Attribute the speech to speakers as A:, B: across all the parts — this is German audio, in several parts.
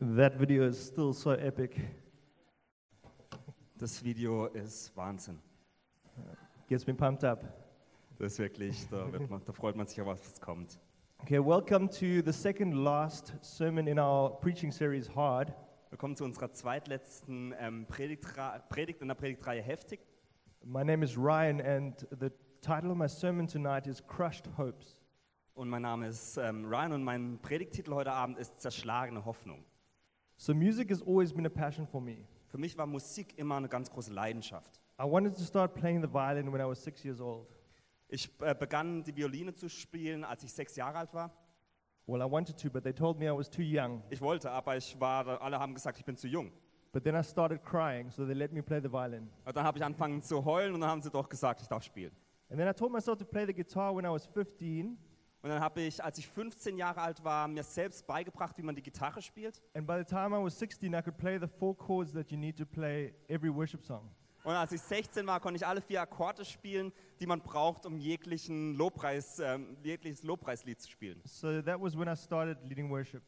A: That video is still so epic.
B: Das Video ist Wahnsinn.
A: Gets me pumped up.
B: Das ist wirklich, da, wird man, da freut man sich auf was kommt.
A: Okay, welcome to the second last sermon in our preaching series, Hard.
B: Willkommen zu unserer zweitletzten ähm, Predigtra Predigt in der Predigtreihe Heftig.
A: My name is Ryan, and the title of my sermon tonight is Crushed Hopes.
B: Und mein Name ist ähm, Ryan und mein Predigtitel heute Abend ist Zerschlagene Hoffnung.
A: So, music has always been a passion for me.
B: Für mich war Musik immer eine ganz große Leidenschaft.
A: I wanted to start playing the violin when I was six years old.
B: Ich äh, begann die Violine zu spielen, als ich sechs Jahre alt war.
A: Well, I wanted to, but they told me I was too young.
B: Ich wollte, aber ich war, alle haben gesagt, ich bin zu jung.
A: But then I started crying, so they let me play the violin.
B: Und dann habe ich angefangen zu heulen und dann haben sie doch gesagt, ich darf spielen.
A: And then I taught myself to play the guitar when I was 15,
B: Und dann habe ich, als ich 15 Jahre alt war, mir selbst beigebracht, wie man die Gitarre spielt.
A: and by the time I was 16, I could play the four chords that you need to play every worship song.
B: Und als ich 16 war, konnte ich alle vier Akkorde spielen, die man braucht, um jeglichen Lobpreis, ähm, jegliches Lobpreislied zu spielen.
A: So that was when I started leading worship.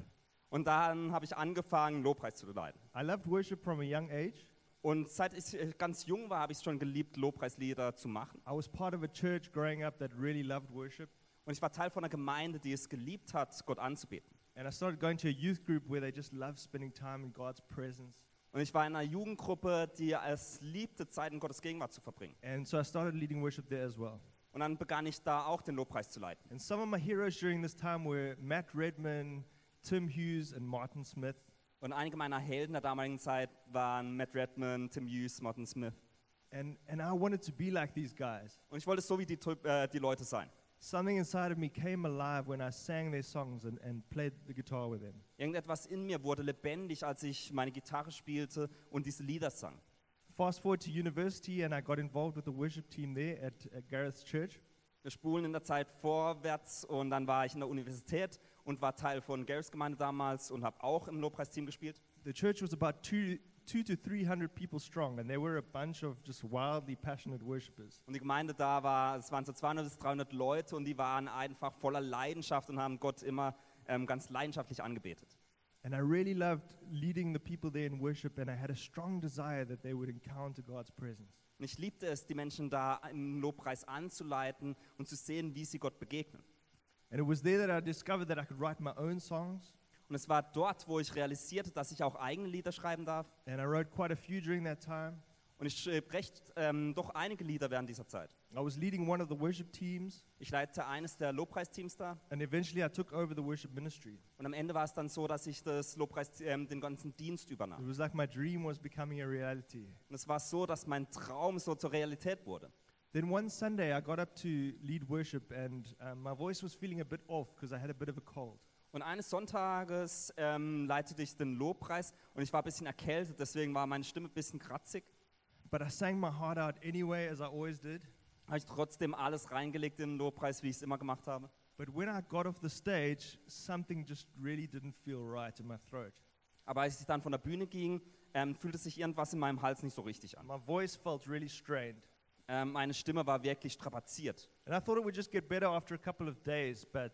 B: Und dann habe ich angefangen, Lobpreis zu leiten.
A: I loved worship from a young age.
B: Und seit ich äh, ganz jung war, habe ich schon geliebt, Lobpreislieder zu machen.
A: I was part of a church growing up that really loved worship,
B: Und ich war Teil von einer Gemeinde, die es geliebt hat, Gott anzubeten.
A: and I started going to a youth group where they just love spending time in God's presence.
B: Und ich war in einer Jugendgruppe, die es liebte, Zeit in Gottes Gegenwart zu verbringen.
A: And so I started leading worship there as well.
B: Und dann begann ich da auch den Lobpreis zu leiten.
A: And some of my heroes during this time were Matt Redman, Tim Hughes, and Martin Smith.
B: Und einige meiner Helden der damaligen Zeit waren Matt Redman, Tim Hughes, Martin Smith.
A: And, and I wanted to be like these guys.
B: Und ich wollte so wie die, Typ- äh, die Leute sein.
A: Something inside of me came alive when I sang their songs and, and played the guitar with them.
B: Irgendetwas in mir wurde lebendig, als ich meine Gitarre spielte und diese Lieder sang.
A: Fast forward to university, and I got involved with the worship team there at, at Gareth's Church.
B: Wir spulen in der Zeit vorwärts und dann war ich in der Universität und war Teil von Garys Gemeinde damals und habe auch im Lobpreisteam gespielt.
A: The church was about two, two to three hundred people strong, and they were a bunch of just wildly passionate worshipers.
B: Und die Gemeinde da war, es waren so 200 bis 300 Leute und die waren einfach voller Leidenschaft und haben Gott immer ähm, ganz leidenschaftlich angebetet.
A: And I really loved leading the people there in worship, and I had a strong desire that they would encounter God's presence.
B: Und ich liebte es, die Menschen da im Lobpreis anzuleiten und zu sehen, wie sie Gott begegnen.
A: And it was there that I discovered that I could write my own songs,
B: Und es war dort, wo ich realisierte, dass ich auch eigene Lieder schreiben darf.
A: and I wrote quite a few during that time.
B: Und ich schrieb recht ähm, doch einige Lieder während dieser Zeit.
A: I was leading one of the worship teams,
B: Ich leitete eines der Lobpreisteams da
A: and eventually I took over the worship ministry.
B: und am Ende war es dann so, dass ich das Lobpreis, ähm, den ganzen Dienst übernahm.
A: It was like my dream was becoming a reality.
B: Und es war so, dass mein Traum so zur Realität wurde.
A: Then one Sunday, I got up to lead worship, and um, my voice was feeling a bit off because I had a bit of a cold.
B: Und eines Sonntages ähm, leitete ich den Lobpreis und ich war ein bisschen erkältet, deswegen war meine Stimme ein bisschen kratzig.
A: But I sang my heart out anyway, as I always did.
B: Habe ich trotzdem alles reingelegt in den Lobpreis, wie ich es immer gemacht habe.
A: But when I got off the stage, something just really didn't feel right in my throat.
B: Aber als ich dann von der Bühne ging, ähm, fühlte sich irgendwas in meinem Hals nicht so richtig an.
A: My voice felt really strained.
B: Ähm, meine Stimme war wirklich strapaziert.
A: And I thought it would just get better after a couple of days, but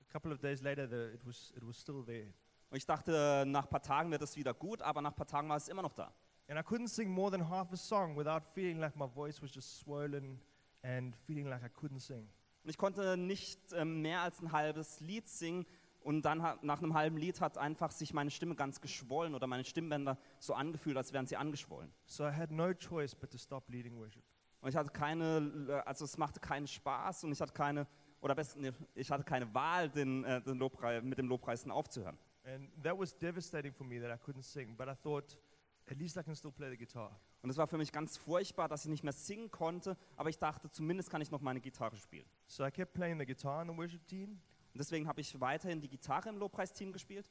A: a couple of days later, the, it, was, it was still there.
B: Und ich dachte, nach ein paar Tagen wird es wieder gut, aber nach ein paar Tagen war es immer noch da.
A: And I couldn't sing more than half a song without feeling like my voice was just swollen and feeling like I couldn't sing.
B: Und ich konnte nicht ähm, mehr als ein halbes Lied singen und dann ha- nach einem halben Lied hat einfach sich meine Stimme ganz geschwollen oder meine Stimmbänder so angefühlt, als wären sie angeschwollen.
A: So I had no choice but to stop leading worship.
B: Und ich hatte keine, also es machte keinen Spaß und ich hatte keine, oder besser, nee, ich hatte keine Wahl, den, äh, den Lobpreis, mit dem Lobpreisen aufzuhören.
A: And that was devastating for me that I couldn't sing, but I thought, at least I can still play the guitar.
B: Und es war für mich ganz furchtbar, dass ich nicht mehr singen konnte, aber ich dachte, zumindest kann ich noch meine Gitarre spielen.
A: So I kept playing the guitar in the worship team,
B: Und deswegen habe ich weiterhin die Gitarre im Lobpreisteam gespielt.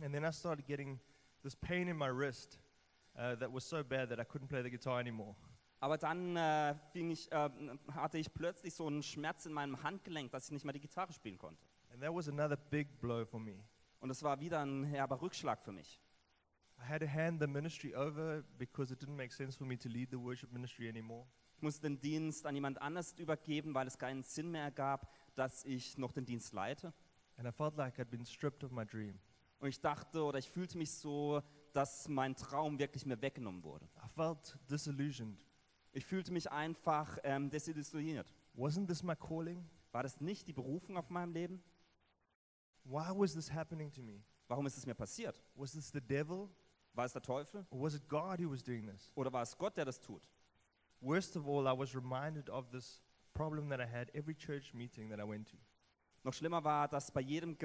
A: and then I started getting this pain in my wrist uh, that was so bad that I couldn't play the guitar anymore.
B: Aber dann äh, fing ich, äh, hatte ich plötzlich so einen Schmerz in meinem Handgelenk, dass ich nicht mehr die Gitarre spielen konnte.
A: And that was another big blow for me.
B: Und es war wieder ein herber Rückschlag für mich.
A: I had to hand the ministry over because it didn't make sense for me to lead the worship ministry anymore.
B: Ich musste den Dienst an jemand anders übergeben, weil es keinen Sinn mehr ergab, dass ich noch den Dienst leite.
A: And I felt like I'd been stripped of my dream.
B: Und ich dachte oder ich fühlte mich so, dass mein Traum wirklich mir weggenommen wurde.
A: I felt disillusioned.
B: Ich fühlte mich einfach ähm, desillusioniert.
A: Wasn't this my calling?
B: War das nicht die Berufung auf meinem Leben?
A: Why was this happening to me?
B: Warum ist es mir passiert?
A: Was this the devil?
B: War es der Teufel
A: Or was it God who was doing this?
B: oder war es Gott, der das tut?
A: Worst of all, I was reminded of this problem that I had every church meeting that I went to,
B: Noch schlimmer war, dass bei jedem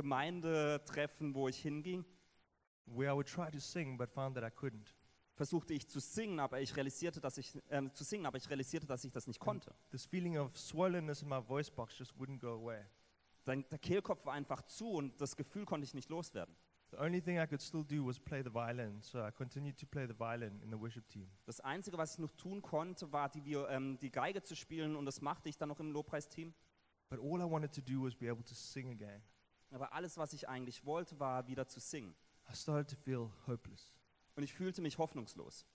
B: Gemeindetreffen, wo ich hinging,
A: where I would try to sing but found that I couldn't.
B: versuchte ich zu singen, aber ich realisierte, dass ich ähm, zu singen, aber ich realisierte, dass ich das nicht konnte.
A: This feeling of swollenness in my voice box just wouldn't go away.
B: Dann, der Kehlkopf war einfach zu und das Gefühl konnte ich nicht loswerden.
A: The only thing I could still do was play the violin, so I continued to play the violin in the worship team.
B: Das Einzige, was ich noch tun konnte, war die, Vio- ähm, die Geige zu spielen und das machte ich dann noch im Lobpreisteam.
A: But all I wanted to do was be able to sing again.
B: Aber alles, was ich eigentlich wollte, war wieder zu singen.
A: I started to feel hopeless.
B: Und ich fühlte mich hoffnungslos.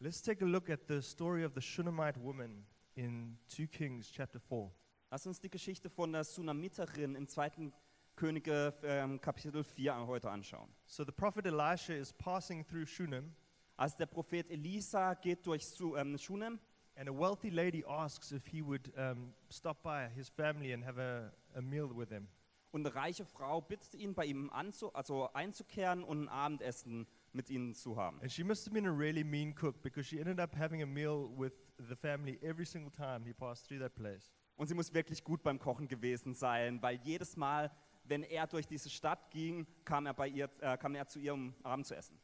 A: Let's take a look at the story of the Shunammite woman in 2 Kings chapter 4.
B: Lass uns die Geschichte von der Sunamiterin im 2. Könige ähm, Kapitel 4 heute anschauen.
A: So the prophet Elisha is passing through Shunem,
B: Als der Prophet Elisa geht durch Su ähm, Shunem
A: and a wealthy lady asks if he would um, stop by his family and have a, a meal with them.
B: und eine reiche Frau bittet ihn, bei ihm anzu also einzukehren und ein Abendessen mit ihnen zu haben.
A: And she must have been a really mean cook because she ended up having a meal with the family every single time he passed through that place.
B: Und sie muss wirklich gut beim Kochen gewesen sein, weil jedes Mal, wenn er durch diese Stadt ging, kam er, bei ihr, äh, kam er zu ihrem Abendessen.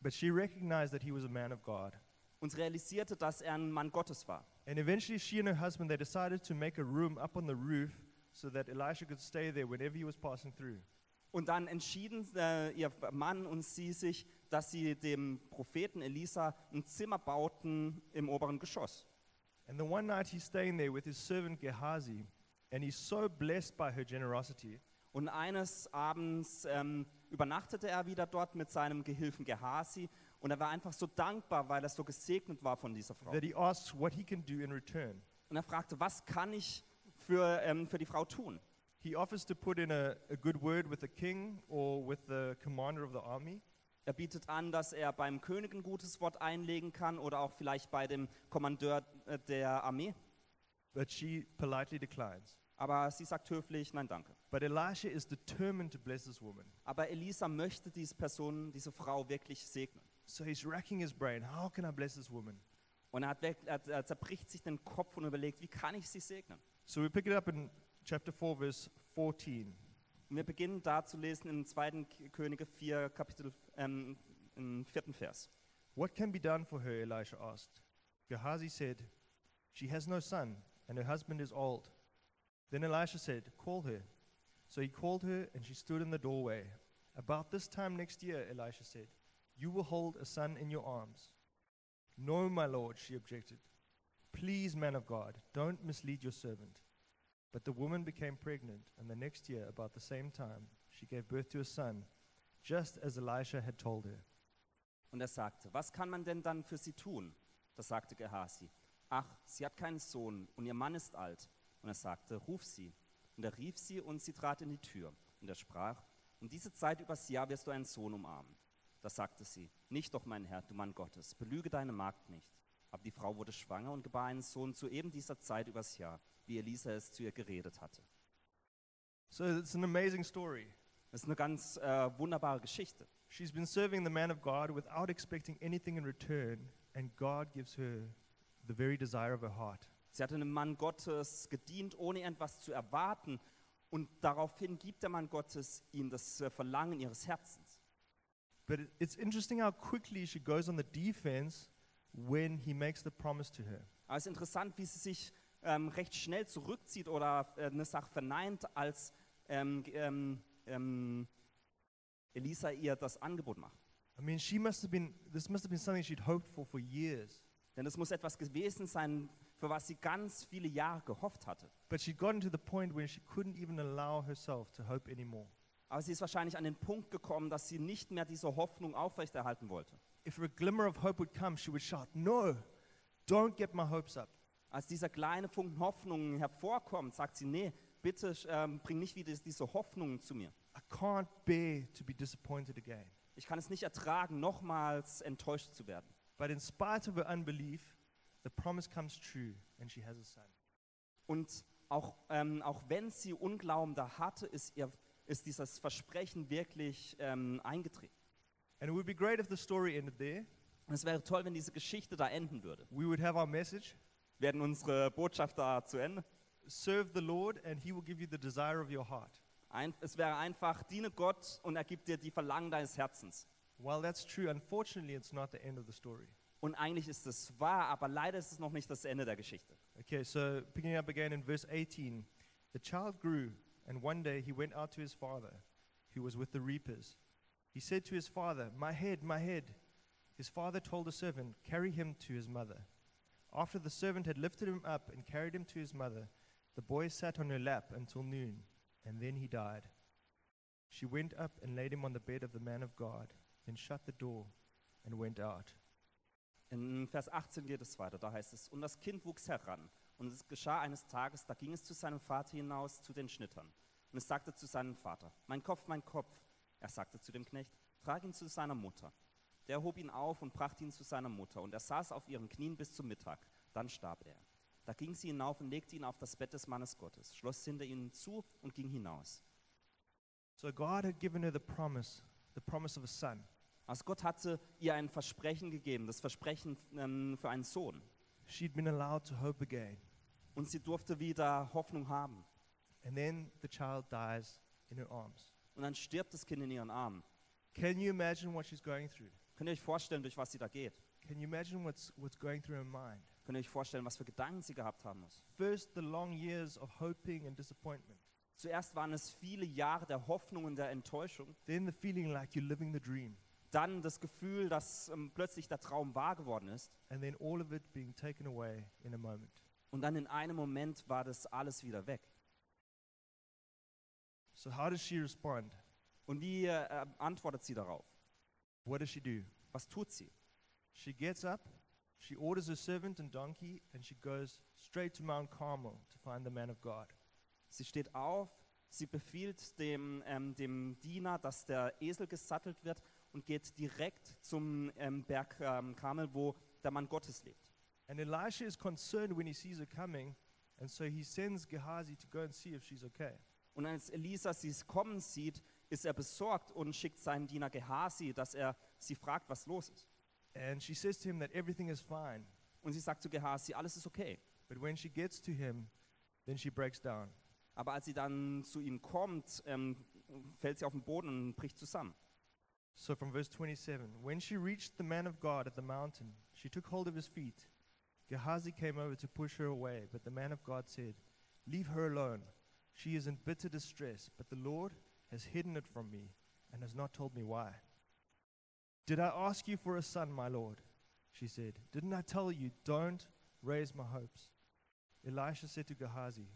A: But she recognized that he was a man of God.
B: Und sie realisierte, dass er ein Mann Gottes war.
A: And eventually she and her husband they decided to make a room up on the roof so that Elisha could stay there whenever he was passing through.
B: Und dann entschieden äh, ihr Mann und sie sich, dass sie dem Propheten Elisa ein Zimmer bauten im oberen Geschoss.
A: And the one night he's staying there with his servant Gehazi, and he's so blessed by her generosity
B: Und eines Abends ähm, übernachtete er wieder dort mit seinem Gehilfen Gehasi und er war einfach so dankbar, weil er so gesegnet war von dieser Frau.
A: that he asks what he can do in return.
B: Und er fragte, was kann ich für, ähm, für die Frau tun?
A: He offers to put in a, a good word with the king or with the commander of the army.
B: Er bietet an, dass er beim König ein gutes Wort einlegen kann oder auch vielleicht bei dem Kommandeur äh, der Armee.
A: But she politely declines.
B: Aber sie sagt höflich, nein, danke.
A: But Elisha is determined to bless this woman.
B: Aber Elisa möchte diese Person, diese Frau wirklich segnen.
A: So he's racking his brain. How can I bless this woman?
B: Und er, hat wirklich, er, er zerbricht sich den Kopf und überlegt, wie kann ich sie segnen?
A: So we pick it up in chapter 4, verse 14.
B: Und wir beginnen da zu lesen im 2. K- Könige 4, Kapitel, ähm, im vierten Vers.
A: What can be done for her? Elisha asked. Gehazi said, She has no son, and her husband is old. Then Elisha said, Call her. So he called her, and she stood in the doorway. About this time next year, Elisha said, You will hold a son in your arms. No, my lord, she objected. Please, man of God, don't mislead your servant. But the woman became pregnant, and the next year, about the same time, she gave birth to a son, just as Elisha had told her.
B: Und er sagte, was kann man denn dann für sie tun? Da sagte Gehasi, ach, sie hat keinen Sohn und ihr Mann ist alt. Und er sagte, ruf sie. Und er rief sie und sie trat in die Tür. Und er sprach, um diese Zeit übers Jahr wirst du einen Sohn umarmen. Da sagte sie, nicht doch, mein Herr, du Mann Gottes, belüge deine Magd nicht. Aber die Frau wurde schwanger und gebar einen Sohn zu eben dieser Zeit übers Jahr, wie Elisa es zu ihr geredet hatte.
A: So it's an amazing story.
B: Das ist eine ganz äh, wunderbare Geschichte.
A: She's been serving the man of God without expecting anything in return, and God gives her the very desire of her heart.
B: Sie hatte einem Mann Gottes gedient, ohne etwas zu erwarten. Und daraufhin gibt der Mann Gottes ihnen das äh, Verlangen ihres Herzens.
A: But it, it's interesting how quickly she goes on the defense when he makes the promise to her.
B: Aber es ist interessant, wie sie sich ähm, recht schnell zurückzieht oder äh, eine Sache verneint, als ähm, g- ähm, ähm, Elisa ihr das Angebot macht.
A: I mean, she must have been, this must have been something she'd hoped for for years.
B: Denn es muss etwas gewesen sein, für was sie ganz viele Jahre gehofft hatte.
A: But she'd gotten to the point where she couldn't even allow herself to hope anymore.
B: Aber sie ist wahrscheinlich an den Punkt gekommen, dass sie nicht mehr diese Hoffnung aufrechterhalten wollte.
A: If a glimmer of hope would come, she would shout, No, don't get my hopes up.
B: Als dieser kleine Funken Hoffnung hervorkommt, sagt sie, nee, bitte ähm, bring nicht wieder diese Hoffnung zu mir.
A: I can't bear to be disappointed again.
B: Ich kann es nicht ertragen, nochmals enttäuscht zu werden.
A: But in spite of her unbelief, the promise comes true and she has a son.
B: Und auch, ähm, auch wenn sie Unglauben da hatte, ist, ihr, ist dieses Versprechen wirklich ähm, eingetreten.
A: And it would be great if the story ended there.
B: Und es wäre toll, wenn diese Geschichte da enden würde.
A: We would have our message
B: Wir hätten unsere Botschaft da zu Ende.
A: serve the Lord and he will give you the desire of your heart.
B: Ein, es wäre einfach, diene Gott und er gibt dir die Verlangen deines Herzens.
A: While that's true, unfortunately, it's not the end of the story.
B: Und eigentlich ist es wahr, aber leider ist es noch nicht das Ende der Geschichte.
A: Okay, so picking up again in verse 18 the child grew, and one day he went out to his father, who was with the reapers. He said to his father, My head, my head. His father told the servant, Carry him to his mother. After the servant had lifted him up and carried him to his mother, the boy sat on her lap until noon, and then he died. She went up and laid him on the bed of the man of God, then shut the door and went out.
B: In Vers 18 geht es weiter, da heißt es, und das Kind wuchs heran. Und es geschah eines Tages, da ging es zu seinem Vater hinaus, zu den Schnittern. Und es sagte zu seinem Vater, mein Kopf, mein Kopf. Er sagte zu dem Knecht, trag ihn zu seiner Mutter. Der hob ihn auf und brachte ihn zu seiner Mutter. Und er saß auf ihren Knien bis zum Mittag. Dann starb er. Da ging sie hinauf und legte ihn auf das Bett des Mannes Gottes, schloss hinter ihnen zu und ging hinaus.
A: So God had given her the promise, the promise of a son.
B: Also Gott hatte ihr ein Versprechen gegeben, das Versprechen ähm, für einen Sohn.
A: She'd been allowed to hope again.
B: Und sie durfte wieder Hoffnung haben.
A: And then the child dies in her arms.
B: Und dann stirbt das Kind in ihren Armen.
A: Can you imagine what she's going through?
B: Könnt ihr euch vorstellen, durch was sie da geht?
A: Can you imagine what's, what's going through her mind?
B: Könnt ihr euch vorstellen, was für Gedanken sie gehabt haben muss?
A: First, the long years of hoping and disappointment.
B: Zuerst waren es viele Jahre der Hoffnung und der Enttäuschung.
A: Then the feeling like you're living the dream.
B: Dann das Gefühl, dass ähm, plötzlich der Traum wahr geworden ist.
A: And then all of it being taken away in a moment.
B: Und dann in einem Moment war das alles wieder weg.
A: So, how does she respond?
B: Und wie äh, antwortet sie darauf?
A: What does she do?
B: Was tut sie?
A: She gets up, she orders her servant and donkey, and she goes straight to Mount Carmel to find the man of God.
B: Sie steht auf, sie befiehlt dem, ähm, dem Diener, dass der Esel gesattelt wird und geht direkt zum ähm, Berg ähm, Karmel, wo der Mann Gottes lebt.
A: And Elisha is concerned when he sees her coming, and so he sends Gehazi to go and see if she's okay.
B: Und als Elisa sie kommen sieht, ist er besorgt und schickt seinen Diener Gehasi, dass er sie fragt, was los ist.
A: And she says to him that everything is fine.
B: Und sie sagt zu Gehasi, alles ist okay.
A: But when she gets to him, then she breaks down.
B: Aber als sie dann zu ihm kommt, ähm, fällt sie auf den Boden und bricht zusammen.
A: So from verse 27 When she reached the man of God at the mountain, she took hold of his feet. Gehazi came over to push her away, but the man of God said, Leave her alone. She is in bitter distress, but the Lord has hidden it from me and has not told me why. Did I ask you for a son, my Lord? She said, Didn't I tell you, don't raise my hopes? Elisha said to Gehazi,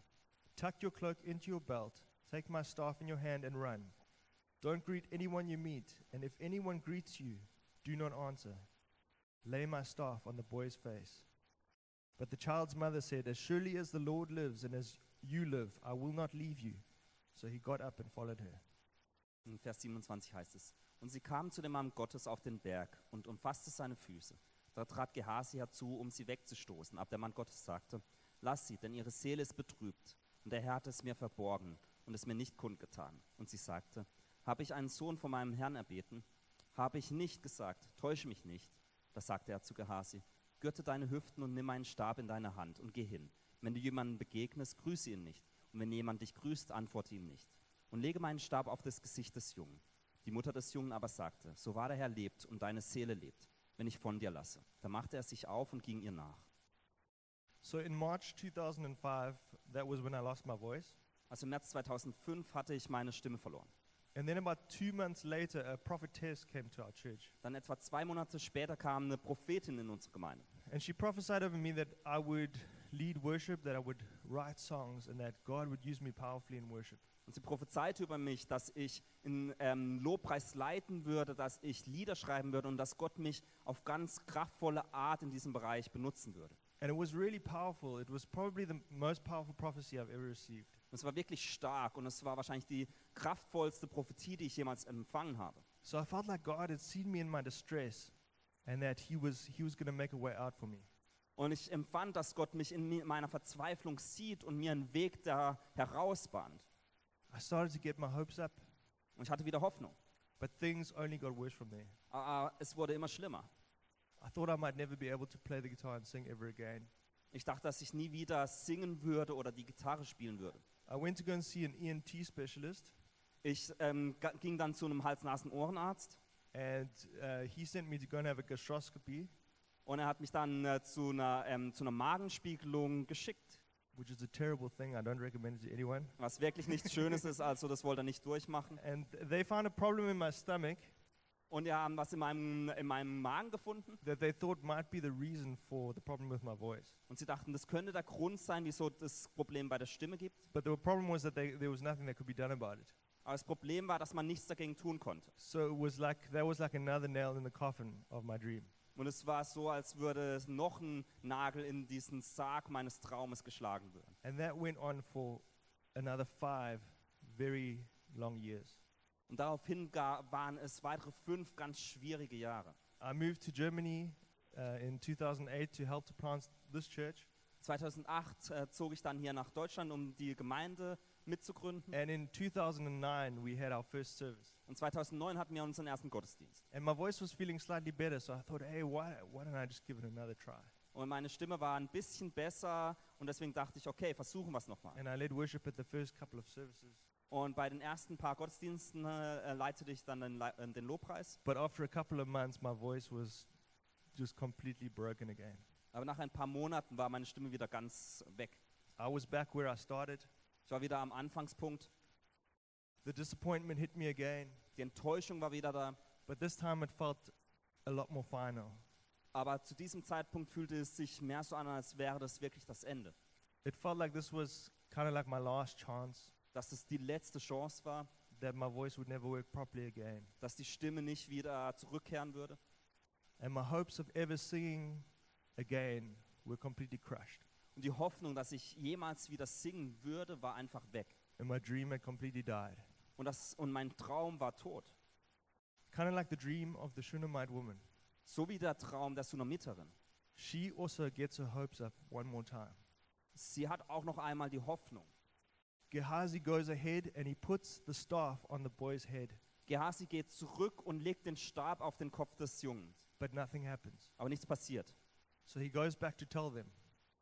A: Tuck your cloak into your belt, take my staff in your hand, and run. Don't greet anyone you meet, and if anyone greets you, do not answer. Lay my staff on the boy's face. But the child's mother said, As surely as the Lord lives and as you live, I will not leave you. So he got up and followed her.
B: In Vers 27 heißt es, und sie kamen zu dem Mann Gottes auf den Berg und umfasste seine Füße. Da trat Gehasi herzu, um sie wegzustoßen, aber der Mann Gottes sagte, lass sie, denn ihre Seele ist betrübt, und der Herr hat es mir verborgen und es mir nicht kundgetan. Und sie sagte, habe ich einen Sohn von meinem Herrn erbeten? Habe ich nicht gesagt, täusche mich nicht. Da sagte er zu Gehasi, gürte deine Hüften und nimm einen Stab in deine Hand und geh hin. Wenn du jemandem begegnest, grüße ihn nicht. Und wenn jemand dich grüßt, antworte ihm nicht. Und lege meinen Stab auf das Gesicht des Jungen. Die Mutter des Jungen aber sagte, so wahr der Herr lebt und deine Seele lebt, wenn ich von dir lasse. Da machte er sich auf und ging ihr nach.
A: So in March 2005, that was when I lost my voice.
B: Also im März 2005 hatte ich meine Stimme verloren.
A: And then about two months later, a prophetess came to our church.
B: Dann etwa zwei Monate später kam eine Prophetin in unsere Gemeinde.
A: And she prophesied over me that I would lead worship, that I would write songs, and that God would use me powerfully in worship.
B: Und sie prophezeite über mich, dass ich in ähm, Lobpreis leiten würde, dass ich Lieder schreiben würde und dass Gott mich auf ganz kraftvolle Art in diesem Bereich benutzen würde.
A: And it was really powerful. It was probably the most powerful prophecy I've ever received.
B: Und es war wirklich stark und es war wahrscheinlich die kraftvollste Prophetie, die ich jemals empfangen habe.
A: So I felt like God had seen me in my distress and that He was, he was going to make a way out for me.
B: Und ich empfand, dass Gott mich in mi- meiner Verzweiflung sieht und mir einen Weg da herausbahnt.
A: I started to get my hopes up,
B: Und ich hatte wieder Hoffnung.
A: but things only got worse from there.
B: Aber es wurde immer schlimmer.
A: I thought I might never be able to play the guitar and sing ever again.
B: Ich dachte, dass ich nie wieder singen würde oder die Gitarre spielen würde.
A: I went to go and see an ENT specialist,
B: Ich ähm, ga- ging dann zu einem Hals-Nasen-Ohrenarzt
A: and uh, he sent me to go and have a gastroscopy,
B: und er hat mich dann äh, zu, einer, ähm, zu einer Magenspiegelung geschickt.
A: which is a terrible thing. I don't recommend it to anyone.
B: Was wirklich nichts Schönes ist, also das wollte er nicht durchmachen.
A: And they found a problem in my stomach
B: Und die haben was in meinem, in meinem Magen gefunden
A: that they thought might be the reason for the problem with my voice.
B: und sie dachten, das könnte der Grund sein, wieso das Problem bei der Stimme gibt.
A: But the problem was that they, there was nothing that could be done about it.
B: Aber das Problem war, dass man nichts dagegen tun konnte.
A: So it was like that was like another nail in the coffin of my dream.
B: Und es war so, als würde noch ein Nagel in diesen Sarg meines Traumes geschlagen werden.
A: And that went on for another five very long years.
B: Und daraufhin ga- waren es weitere fünf ganz schwierige Jahre.
A: I moved to Germany uh, in 2008 to help to plant this church.
B: 2008 äh, zog ich dann hier nach Deutschland, um die Gemeinde mitzugründen.
A: And in 2009, we had our first service.
B: Und 2009 hatten wir unseren ersten Gottesdienst.
A: And my voice was feeling slightly better, so I thought, hey, why, why don't I just give it another try?
B: Und meine Stimme war ein bisschen besser und deswegen dachte ich, okay, versuchen wir es nochmal.
A: And I led worship at the first couple of services.
B: Und bei den ersten paar Gottesdiensten äh, äh, leitete ich dann den, Lei- äh, den Lobpreis.
A: But after a couple of months, my voice was just completely broken again.
B: Aber nach ein paar Monaten war meine Stimme wieder ganz weg.
A: I was back where I started.
B: Ich war wieder am Anfangspunkt.
A: The disappointment hit me again,
B: Die Enttäuschung war wieder da.
A: but this time it felt a lot more final.
B: Aber zu diesem Zeitpunkt fühlte es sich mehr so an, als wäre das wirklich das Ende.
A: It felt like this was kind of like my last chance,
B: Dass es die letzte Chance war,
A: that my voice would never work properly again.
B: dass die Stimme nicht wieder zurückkehren würde.
A: And my hopes of ever singing again were completely crushed.
B: Und die Hoffnung, dass ich jemals wieder singen würde, war einfach weg.
A: And my dream had completely died.
B: Und, das, und mein Traum war tot.
A: Kind of like the dream of the Shunammite woman.
B: So wie der Traum der Tsunamiterin.
A: She also gets her hopes up one more time.
B: Sie hat auch noch einmal die Hoffnung.
A: Gehazi goes ahead and he puts the staff on the boy's head,
B: Gehasi geht zurück und legt den Stab auf den Kopf des Jungen.
A: but nothing happens.
B: Aber nichts passiert.
A: So he goes back to tell them.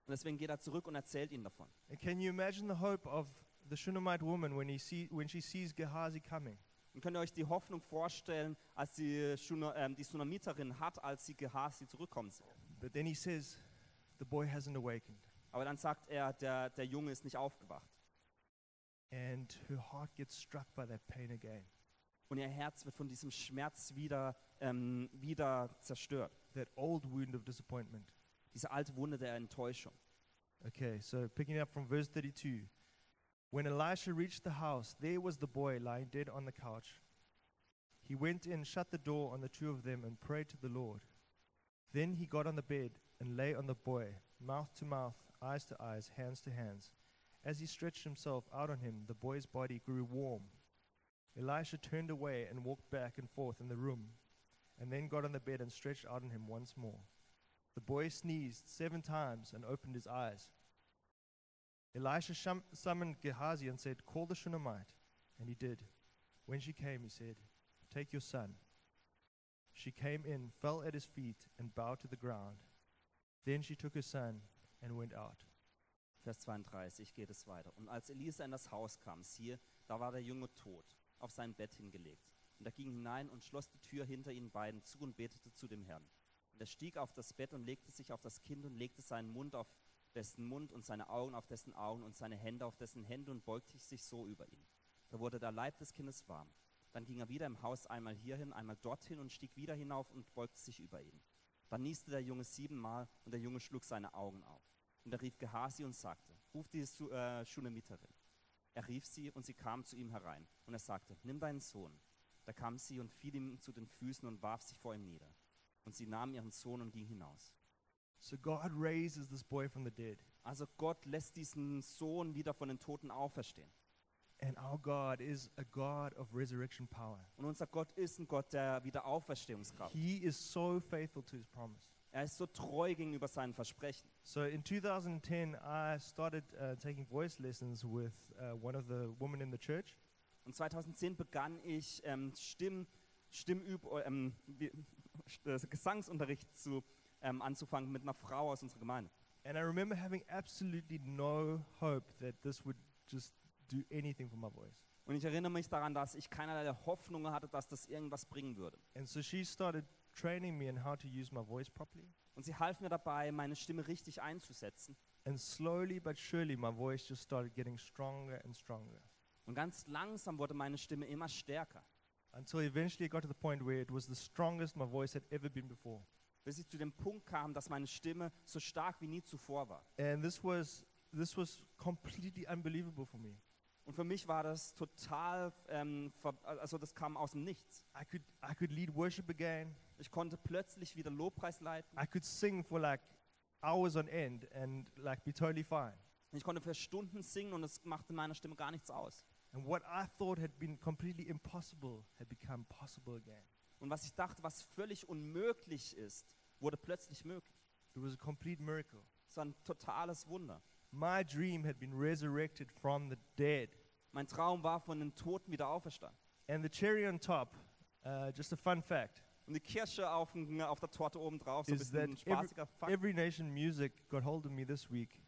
B: Und deswegen geht er zurück und erzählt ihnen davon.
A: And can you imagine the hope of the Shunammite woman when, he see, when she sees Gehazi coming?
B: Und könnt ihr euch die Hoffnung vorstellen, als die, Shuna, ähm, die Tsunamiterin hat, als sie Gehasi zurückkommen sieht.
A: But then he says, The boy hasn't awakened.
B: Aber dann sagt er, der, der Junge ist nicht aufgewacht.
A: And her heart gets struck by that pain again.
B: Und ihr Herz wird von diesem Schmerz wieder, ähm, wieder zerstört.
A: That old wound of disappointment.
B: Diese alte Wunde der Enttäuschung.
A: Okay, so picking up from verse 32. When Elisha reached the house, there was the boy lying dead on the couch. He went in, shut the door on the two of them, and prayed to the Lord. Then he got on the bed and lay on the boy, mouth to mouth, eyes to eyes, hands to hands. As he stretched himself out on him, the boy's body grew warm. Elisha turned away and walked back and forth in the room, and then got on the bed and stretched out on him once more. The boy sneezed seven times and opened his eyes. Elisha shum- summoned Gehazi and said, Call the Shunammite. And he did. When she came, he said, Take your son. She came in, fell at his feet, and bowed to the ground. Then she took her son and went out.
B: Vers 32 geht es weiter. Und als Elisa in das Haus kam, siehe, da war der Junge tot, auf sein Bett hingelegt. Und er ging hinein und schloss die Tür hinter ihnen beiden zu und betete zu dem Herrn. Und er stieg auf das Bett und legte sich auf das Kind und legte seinen Mund auf dessen Mund und seine Augen auf dessen Augen und seine Hände auf dessen Hände und beugte sich so über ihn. Da wurde der Leib des Kindes warm. Dann ging er wieder im Haus einmal hierhin, einmal dorthin und stieg wieder hinauf und beugte sich über ihn. Dann nieste der Junge siebenmal und der Junge schlug seine Augen auf. Und er rief Gehasi und sagte, ruf die Su- äh, Schunemiterin. Er rief sie und sie kam zu ihm herein. Und er sagte, nimm deinen Sohn. Da kam sie und fiel ihm zu den Füßen und warf sich vor ihm nieder. Und sie nahm ihren Sohn und ging hinaus.
A: So God raises this boy from the dead.
B: Also Gott lässt diesen Sohn wieder von den Toten auferstehen.
A: And our God is a God of resurrection power.
B: Und unser Gott ist ein Gott der Wiederauferstehungskraft.
A: He is so faithful to his promise.
B: Er ist so treu gegenüber seinen Versprechen.
A: So in 2010, I started uh, taking voice lessons with uh, one of the women in the church.
B: Und 2010 begann ich ähm, Stimm, Stimmüb, ähm, wie- äh, Gesangsunterricht zu, ähm, anzufangen mit einer Frau aus unserer Gemeinde.
A: And I remember having absolutely no hope that this would just do anything for my voice.
B: Und ich erinnere mich daran, dass ich keinerlei Hoffnung hatte, dass das irgendwas bringen würde.
A: And so she started training me in how to use my voice properly.
B: Und sie half mir dabei, meine Stimme richtig einzusetzen.
A: And slowly but surely, my voice just started getting stronger and stronger
B: Und ganz langsam wurde meine Stimme immer stärker,
A: until eventually it got to the point where it was the strongest my voice had ever been before.
B: bis ich zu dem Punkt kam, dass meine Stimme so stark wie nie zuvor war.
A: And this was, this was completely unbelievable for me.
B: Und für mich war das total, ähm, ver- also das kam aus dem Nichts.
A: I could, I could lead worship again.
B: Ich konnte plötzlich wieder Lobpreis leiten.
A: I could sing for like hours on end and like be totally fine.
B: Ich konnte für Stunden singen und es machte meiner Stimme gar nichts aus.
A: And what I thought had been completely impossible had become possible again.
B: Und was ich dachte, was völlig unmöglich ist, wurde plötzlich möglich.
A: It was a complete miracle.
B: Es war ein totales Wunder.
A: My dream had been resurrected from the dead.
B: Mein Traum war von den Toten wieder auferstanden.
A: And the cherry on top, uh, just a fun fact,
B: Und die Kirsche auf, dem- auf der Torte oben drauf, so ein
A: Is
B: bisschen ein
A: that every-
B: spaßiger Fakt.
A: Every Nation Music got hold of me this week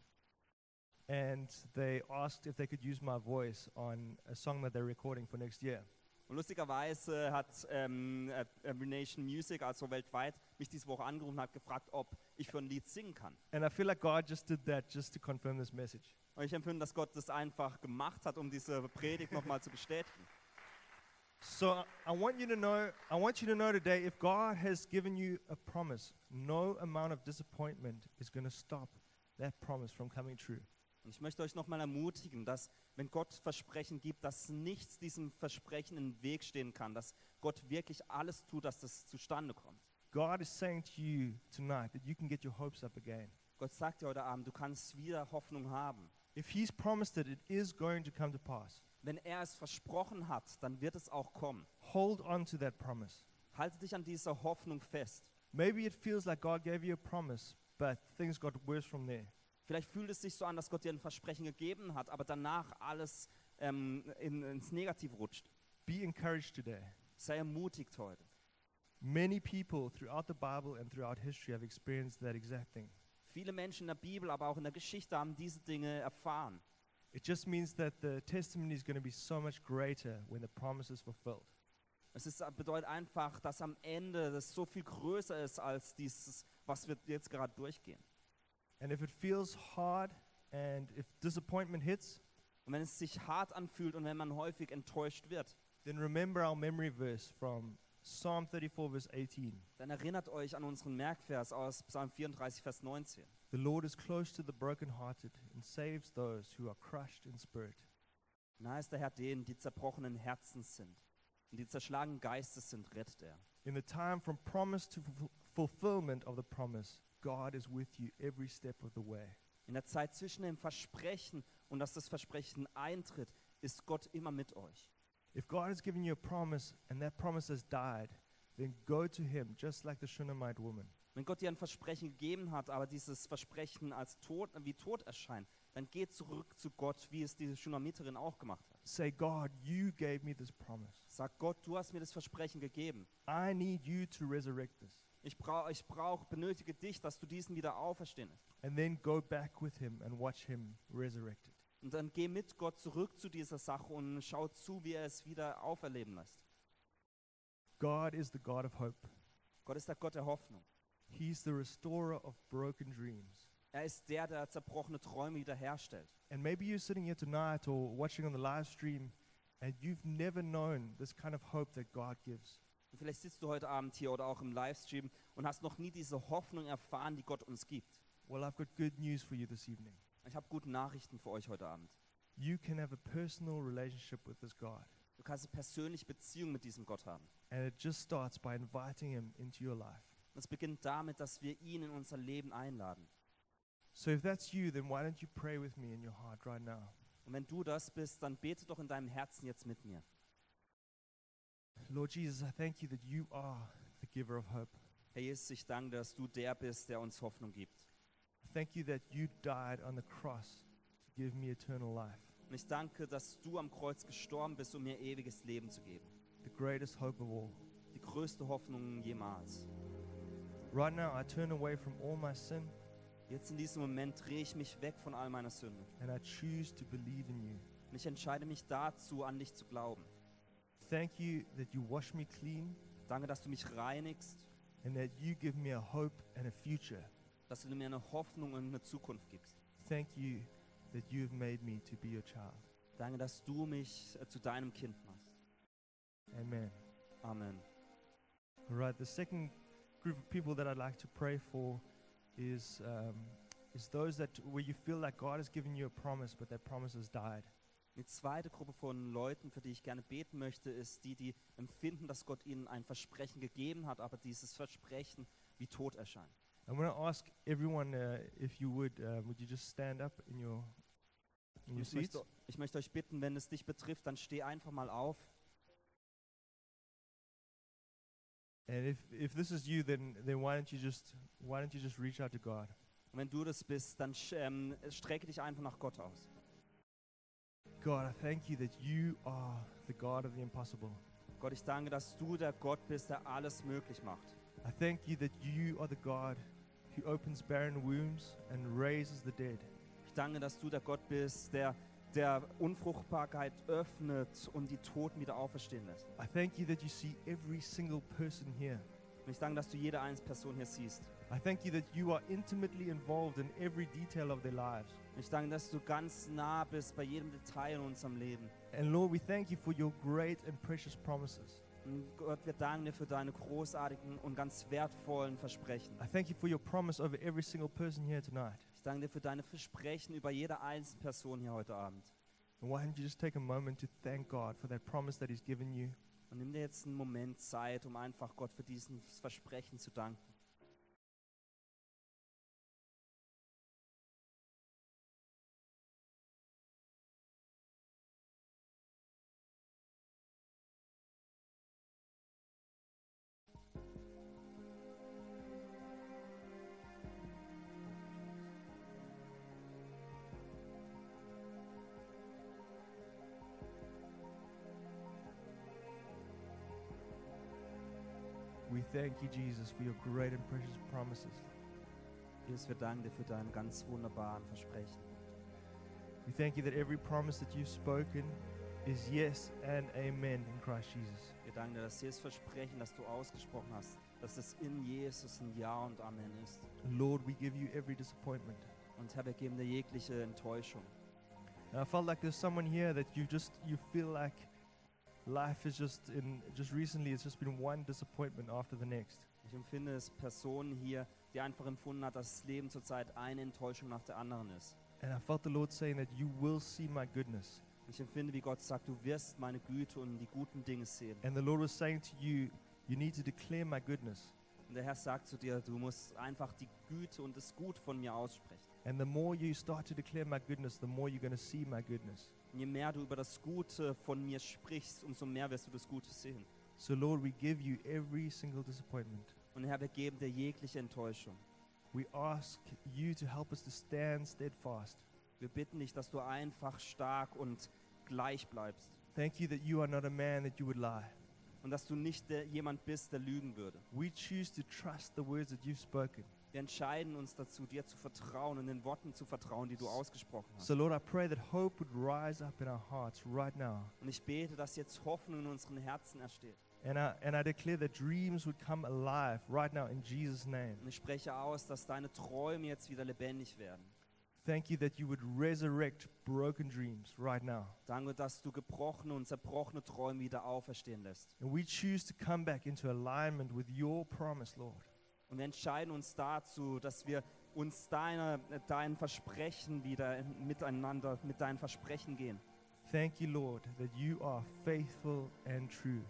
A: and they asked if they could use my voice on a song that they're recording for next year.
B: Und lustigerweise hat ähm, äh, Every Nation Music, also weltweit, mich diese Woche angerufen und hat gefragt, ob ich für ein Lied singen kann.
A: And I feel like God just did that just to confirm this message.
B: Und ich empfinde, dass Gott das einfach gemacht hat, um diese Predigt nochmal zu bestätigen.
A: So I- I want you to know, I want you to know today if God has given you a promise, no amount of disappointment is going to stop that promise from coming true.
B: Und ich möchte euch nochmal ermutigen, dass wenn Gott Versprechen gibt, dass nichts diesem Versprechen im Weg stehen kann, dass Gott wirklich alles tut, dass das zustande kommt.
A: God is saying to you tonight that you can get your hopes up again.
B: Gott sagt dir heute Abend, du kannst wieder Hoffnung haben.
A: If he's promised it, it is going to come to pass.
B: Wenn er es versprochen hat, dann wird es auch kommen.
A: Hold on to that promise.
B: Halte dich an dieser Hoffnung fest.
A: Maybe it feels like God gave you a promise, but things got worse from there.
B: Vielleicht fühlt es sich so an, dass Gott dir ein Versprechen gegeben hat, aber danach alles ähm, in, ins Negative rutscht.
A: Be encouraged today.
B: Sei ermutigt heute.
A: Many people throughout the Bible and throughout history have experienced that exact thing.
B: Viele Menschen in der Bibel, aber auch in der Geschichte haben diese Dinge erfahren.
A: It just means that the testimony is going to be so much greater when the promise is fulfilled.
B: Es ist, äh, bedeutet einfach, dass am Ende das so viel größer ist als dieses, was wir jetzt gerade durchgehen.
A: And if it feels hard and if disappointment hits,
B: Und wenn es sich hart anfühlt und wenn man häufig enttäuscht wird,
A: then remember our memory verse from Psalm 34, verse 18.
B: dann erinnert euch an unseren Merkvers aus Psalm 34, Vers 19.
A: The Lord is close to the brokenhearted and saves those who are crushed in spirit.
B: Nahe ist der Herr denen, die zerbrochenen Herzens sind und die zerschlagenen Geistes sind, rettet er.
A: In the time from promise to fulf- fulfillment of the promise, God is with you every step of the way.
B: In der Zeit zwischen dem Versprechen und dass das Versprechen eintritt, ist Gott immer mit euch.
A: If God has given you a promise and that promise has died, then go to Him just like the Shunammite woman.
B: Wenn Gott dir ein Versprechen gegeben hat, aber dieses Versprechen als tot, wie tot erscheint, dann geht zurück zu Gott, wie es diese Schunamiterin auch gemacht hat.
A: Say, God, you gave me this promise.
B: Sag Gott, du hast mir das Versprechen gegeben.
A: I need you to resurrect this.
B: Ich brauche, ich brauch, benötige dich, dass du diesen wieder auferstehen lässt.
A: And then go back with Him and watch Him resurrect it.
B: Und dann geh mit Gott zurück zu dieser Sache und schau zu, wie er es wieder auferleben lässt.
A: God is the God of hope.
B: Gott ist der Gott der Hoffnung.
A: He's the restorer of broken dreams.
B: Er ist der, der zerbrochene Träume wiederherstellt.
A: And maybe you're sitting here tonight or watching on the live stream and you've never known this kind of hope that God gives.
B: Und vielleicht sitzt du heute Abend hier oder auch im Livestream und hast noch nie diese Hoffnung erfahren, die Gott uns gibt.
A: Well, I've got good news for you this evening.
B: Ich habe gute Nachrichten für euch heute Abend.
A: You can have a personal relationship with this God.
B: Du kannst eine persönliche Beziehung mit diesem Gott haben.
A: And it just starts by inviting Him into your life.
B: Und Und es beginnt damit, dass wir ihn in unser Leben einladen.
A: So if that's you, then why don't you pray with me in your heart right now?
B: Und wenn du das bist, dann bete doch in deinem Herzen jetzt mit mir.
A: Lord Jesus, I thank you that you are the giver of hope.
B: Herr Jesus, ich danke, dass du der bist, der uns Hoffnung gibt.
A: Thank you that you died on the cross to give me eternal life,
B: Und ich danke, dass du am Kreuz gestorben bist, um mir ewiges Leben zu geben.
A: the greatest hope of all.
B: Die größte Hoffnung jemals.
A: Right now, I turn away from all my sin
B: Jetzt in diesem Moment drehe ich mich weg von all meiner Sünde.
A: and I choose to believe in you.
B: Und ich entscheide mich dazu, an dich zu glauben.
A: Thank you that you wash me clean
B: Danke, dass du mich reinigst,
A: and that you give me a hope and a future.
B: dass du mir eine Hoffnung und eine Zukunft gibst.
A: Thank you that you have made me to be your child.
B: Danke, dass du mich äh, zu deinem Kind machst.
A: Amen.
B: Amen.
A: All right, the second group of people that I'd like to pray for is, um, is those that where you feel like God has given you a promise, but that promise has died.
B: Die zweite Gruppe von Leuten, für die ich gerne beten möchte, ist die, die empfinden, dass Gott ihnen ein Versprechen gegeben hat, aber dieses Versprechen wie tot erscheint.
A: I'm going to ask everyone uh, if you would, uh, would you just stand up in your, in
B: Und
A: your
B: Ich
A: seats?
B: möchte, ich möchte euch bitten, wenn es dich betrifft, dann steh einfach mal auf.
A: And if, if this is you, then, then why don't you just why don't you just reach out to God?
B: Und wenn du das bist, dann sch- ähm, strecke dich einfach nach Gott aus.
A: God, I thank you that you are the God of the impossible.
B: Gott, ich danke, dass du der Gott bist, der alles möglich macht.
A: I thank you that you are the God who opens barren wombs and raises the dead.
B: Ich danke, dass du der Gott bist, der der Unfruchtbarkeit öffnet und die Toten wieder auferstehen lässt.
A: I thank you that you see every single person here.
B: Und ich danke, dass du jede einzelne Person hier siehst.
A: I thank you that you are intimately involved in every detail of their lives.
B: Und ich danke, dass du ganz nah bist bei jedem Detail in unserem Leben.
A: And Lord, we thank you for your great and precious promises.
B: Und Gott, wir danken dir für deine großartigen und ganz wertvollen Versprechen.
A: I thank you for your promise over every single person here tonight.
B: Ich danke dir für deine Versprechen über jede einzelne Person hier heute Abend.
A: And why don't you just take a moment to thank God for that promise that He's given you?
B: Und nimm dir jetzt einen Moment Zeit, um einfach Gott für dieses Versprechen zu danken.
A: We thank you, Jesus, for your great and precious promises.
B: Jesus, wir danken dir für deine ganz wunderbaren Versprechen.
A: We thank you that every promise that you've spoken is yes and amen in Christ Jesus.
B: Wir danken dir, dass jedes Versprechen, das du ausgesprochen hast, dass es in Jesus ein Ja und Amen ist.
A: And Lord, we give you every disappointment.
B: Und Herr, wir geben dir jegliche Enttäuschung.
A: And I felt like there's someone here that you just you feel like life is just in just recently it's just been one disappointment after the next.
B: Ich empfinde es Personen hier, die einfach empfunden hat, dass das Leben zurzeit eine Enttäuschung nach der anderen ist.
A: And I felt the Lord saying that you will see my goodness.
B: Und Ich empfinde, wie Gott sagt, du wirst meine Güte und die guten Dinge sehen.
A: And the Lord was saying to you, you need to declare my goodness.
B: Und der Herr sagt zu dir, du musst einfach die Güte und das Gut von mir aussprechen.
A: And the more you start to declare my goodness, the more you're going to see my goodness.
B: Und je mehr du über das Gute von mir sprichst, umso mehr wirst du das Gute sehen.
A: So Lord, we give you every single disappointment.
B: Und Herr, wir geben dir jegliche Enttäuschung.
A: We ask you to help us to stand steadfast.
B: Wir bitten dich, dass du einfach stark und gleich bleibst.
A: Thank you that you are not a man that you would lie.
B: Und dass du nicht der, jemand bist, der lügen würde.
A: We choose to trust the words that you've spoken.
B: Wir entscheiden uns dazu, dir zu vertrauen und den Worten zu vertrauen, die du ausgesprochen hast.
A: So, Lord, I pray that hope would rise up in our hearts right now.
B: Und ich bete, dass jetzt Hoffnung in unseren Herzen ersteht.
A: And I, and I declare that dreams would come alive right now in Jesus' name.
B: Und ich spreche aus, dass deine Träume jetzt wieder lebendig werden.
A: Thank you that you would resurrect broken dreams right now.
B: Danke, dass du gebrochene und zerbrochene Träume wieder auferstehen lässt.
A: And we choose to come back into alignment with your promise, Lord.
B: Und wir entscheiden uns dazu, dass wir uns deiner, äh, deinen Versprechen wieder miteinander, mit deinen Versprechen gehen.
A: Thank you, Lord, that you are faithful and true.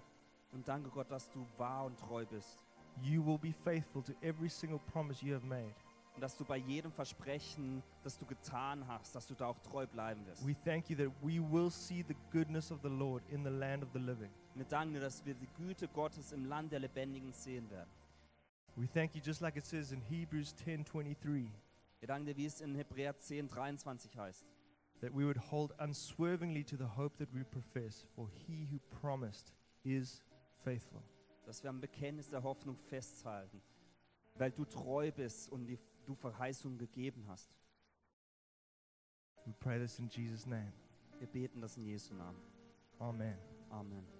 B: Und danke Gott, dass du wahr und treu bist.
A: you will be faithful to every single promise you have made.
B: und dass du bei jedem Versprechen, das du getan hast, dass du da auch treu bleiben wirst.
A: We thank you that we will see the goodness of the Lord in the land of the living.
B: Wir danken dir, dass wir die Güte Gottes im Land der Lebendigen sehen werden.
A: We thank you just like it says in Hebrews 10:23
B: Wir danken dir, wie es in Hebräer 10, 23 heißt,
A: that we would hold unswervingly to the hope that we profess, for he who promised is faithful.
B: dass wir am Bekenntnis der Hoffnung festhalten, weil du treu bist und die, du Verheißung gegeben hast.
A: We pray this in Jesus name.
B: Wir beten das in Jesu Namen.
A: Amen.
B: Amen.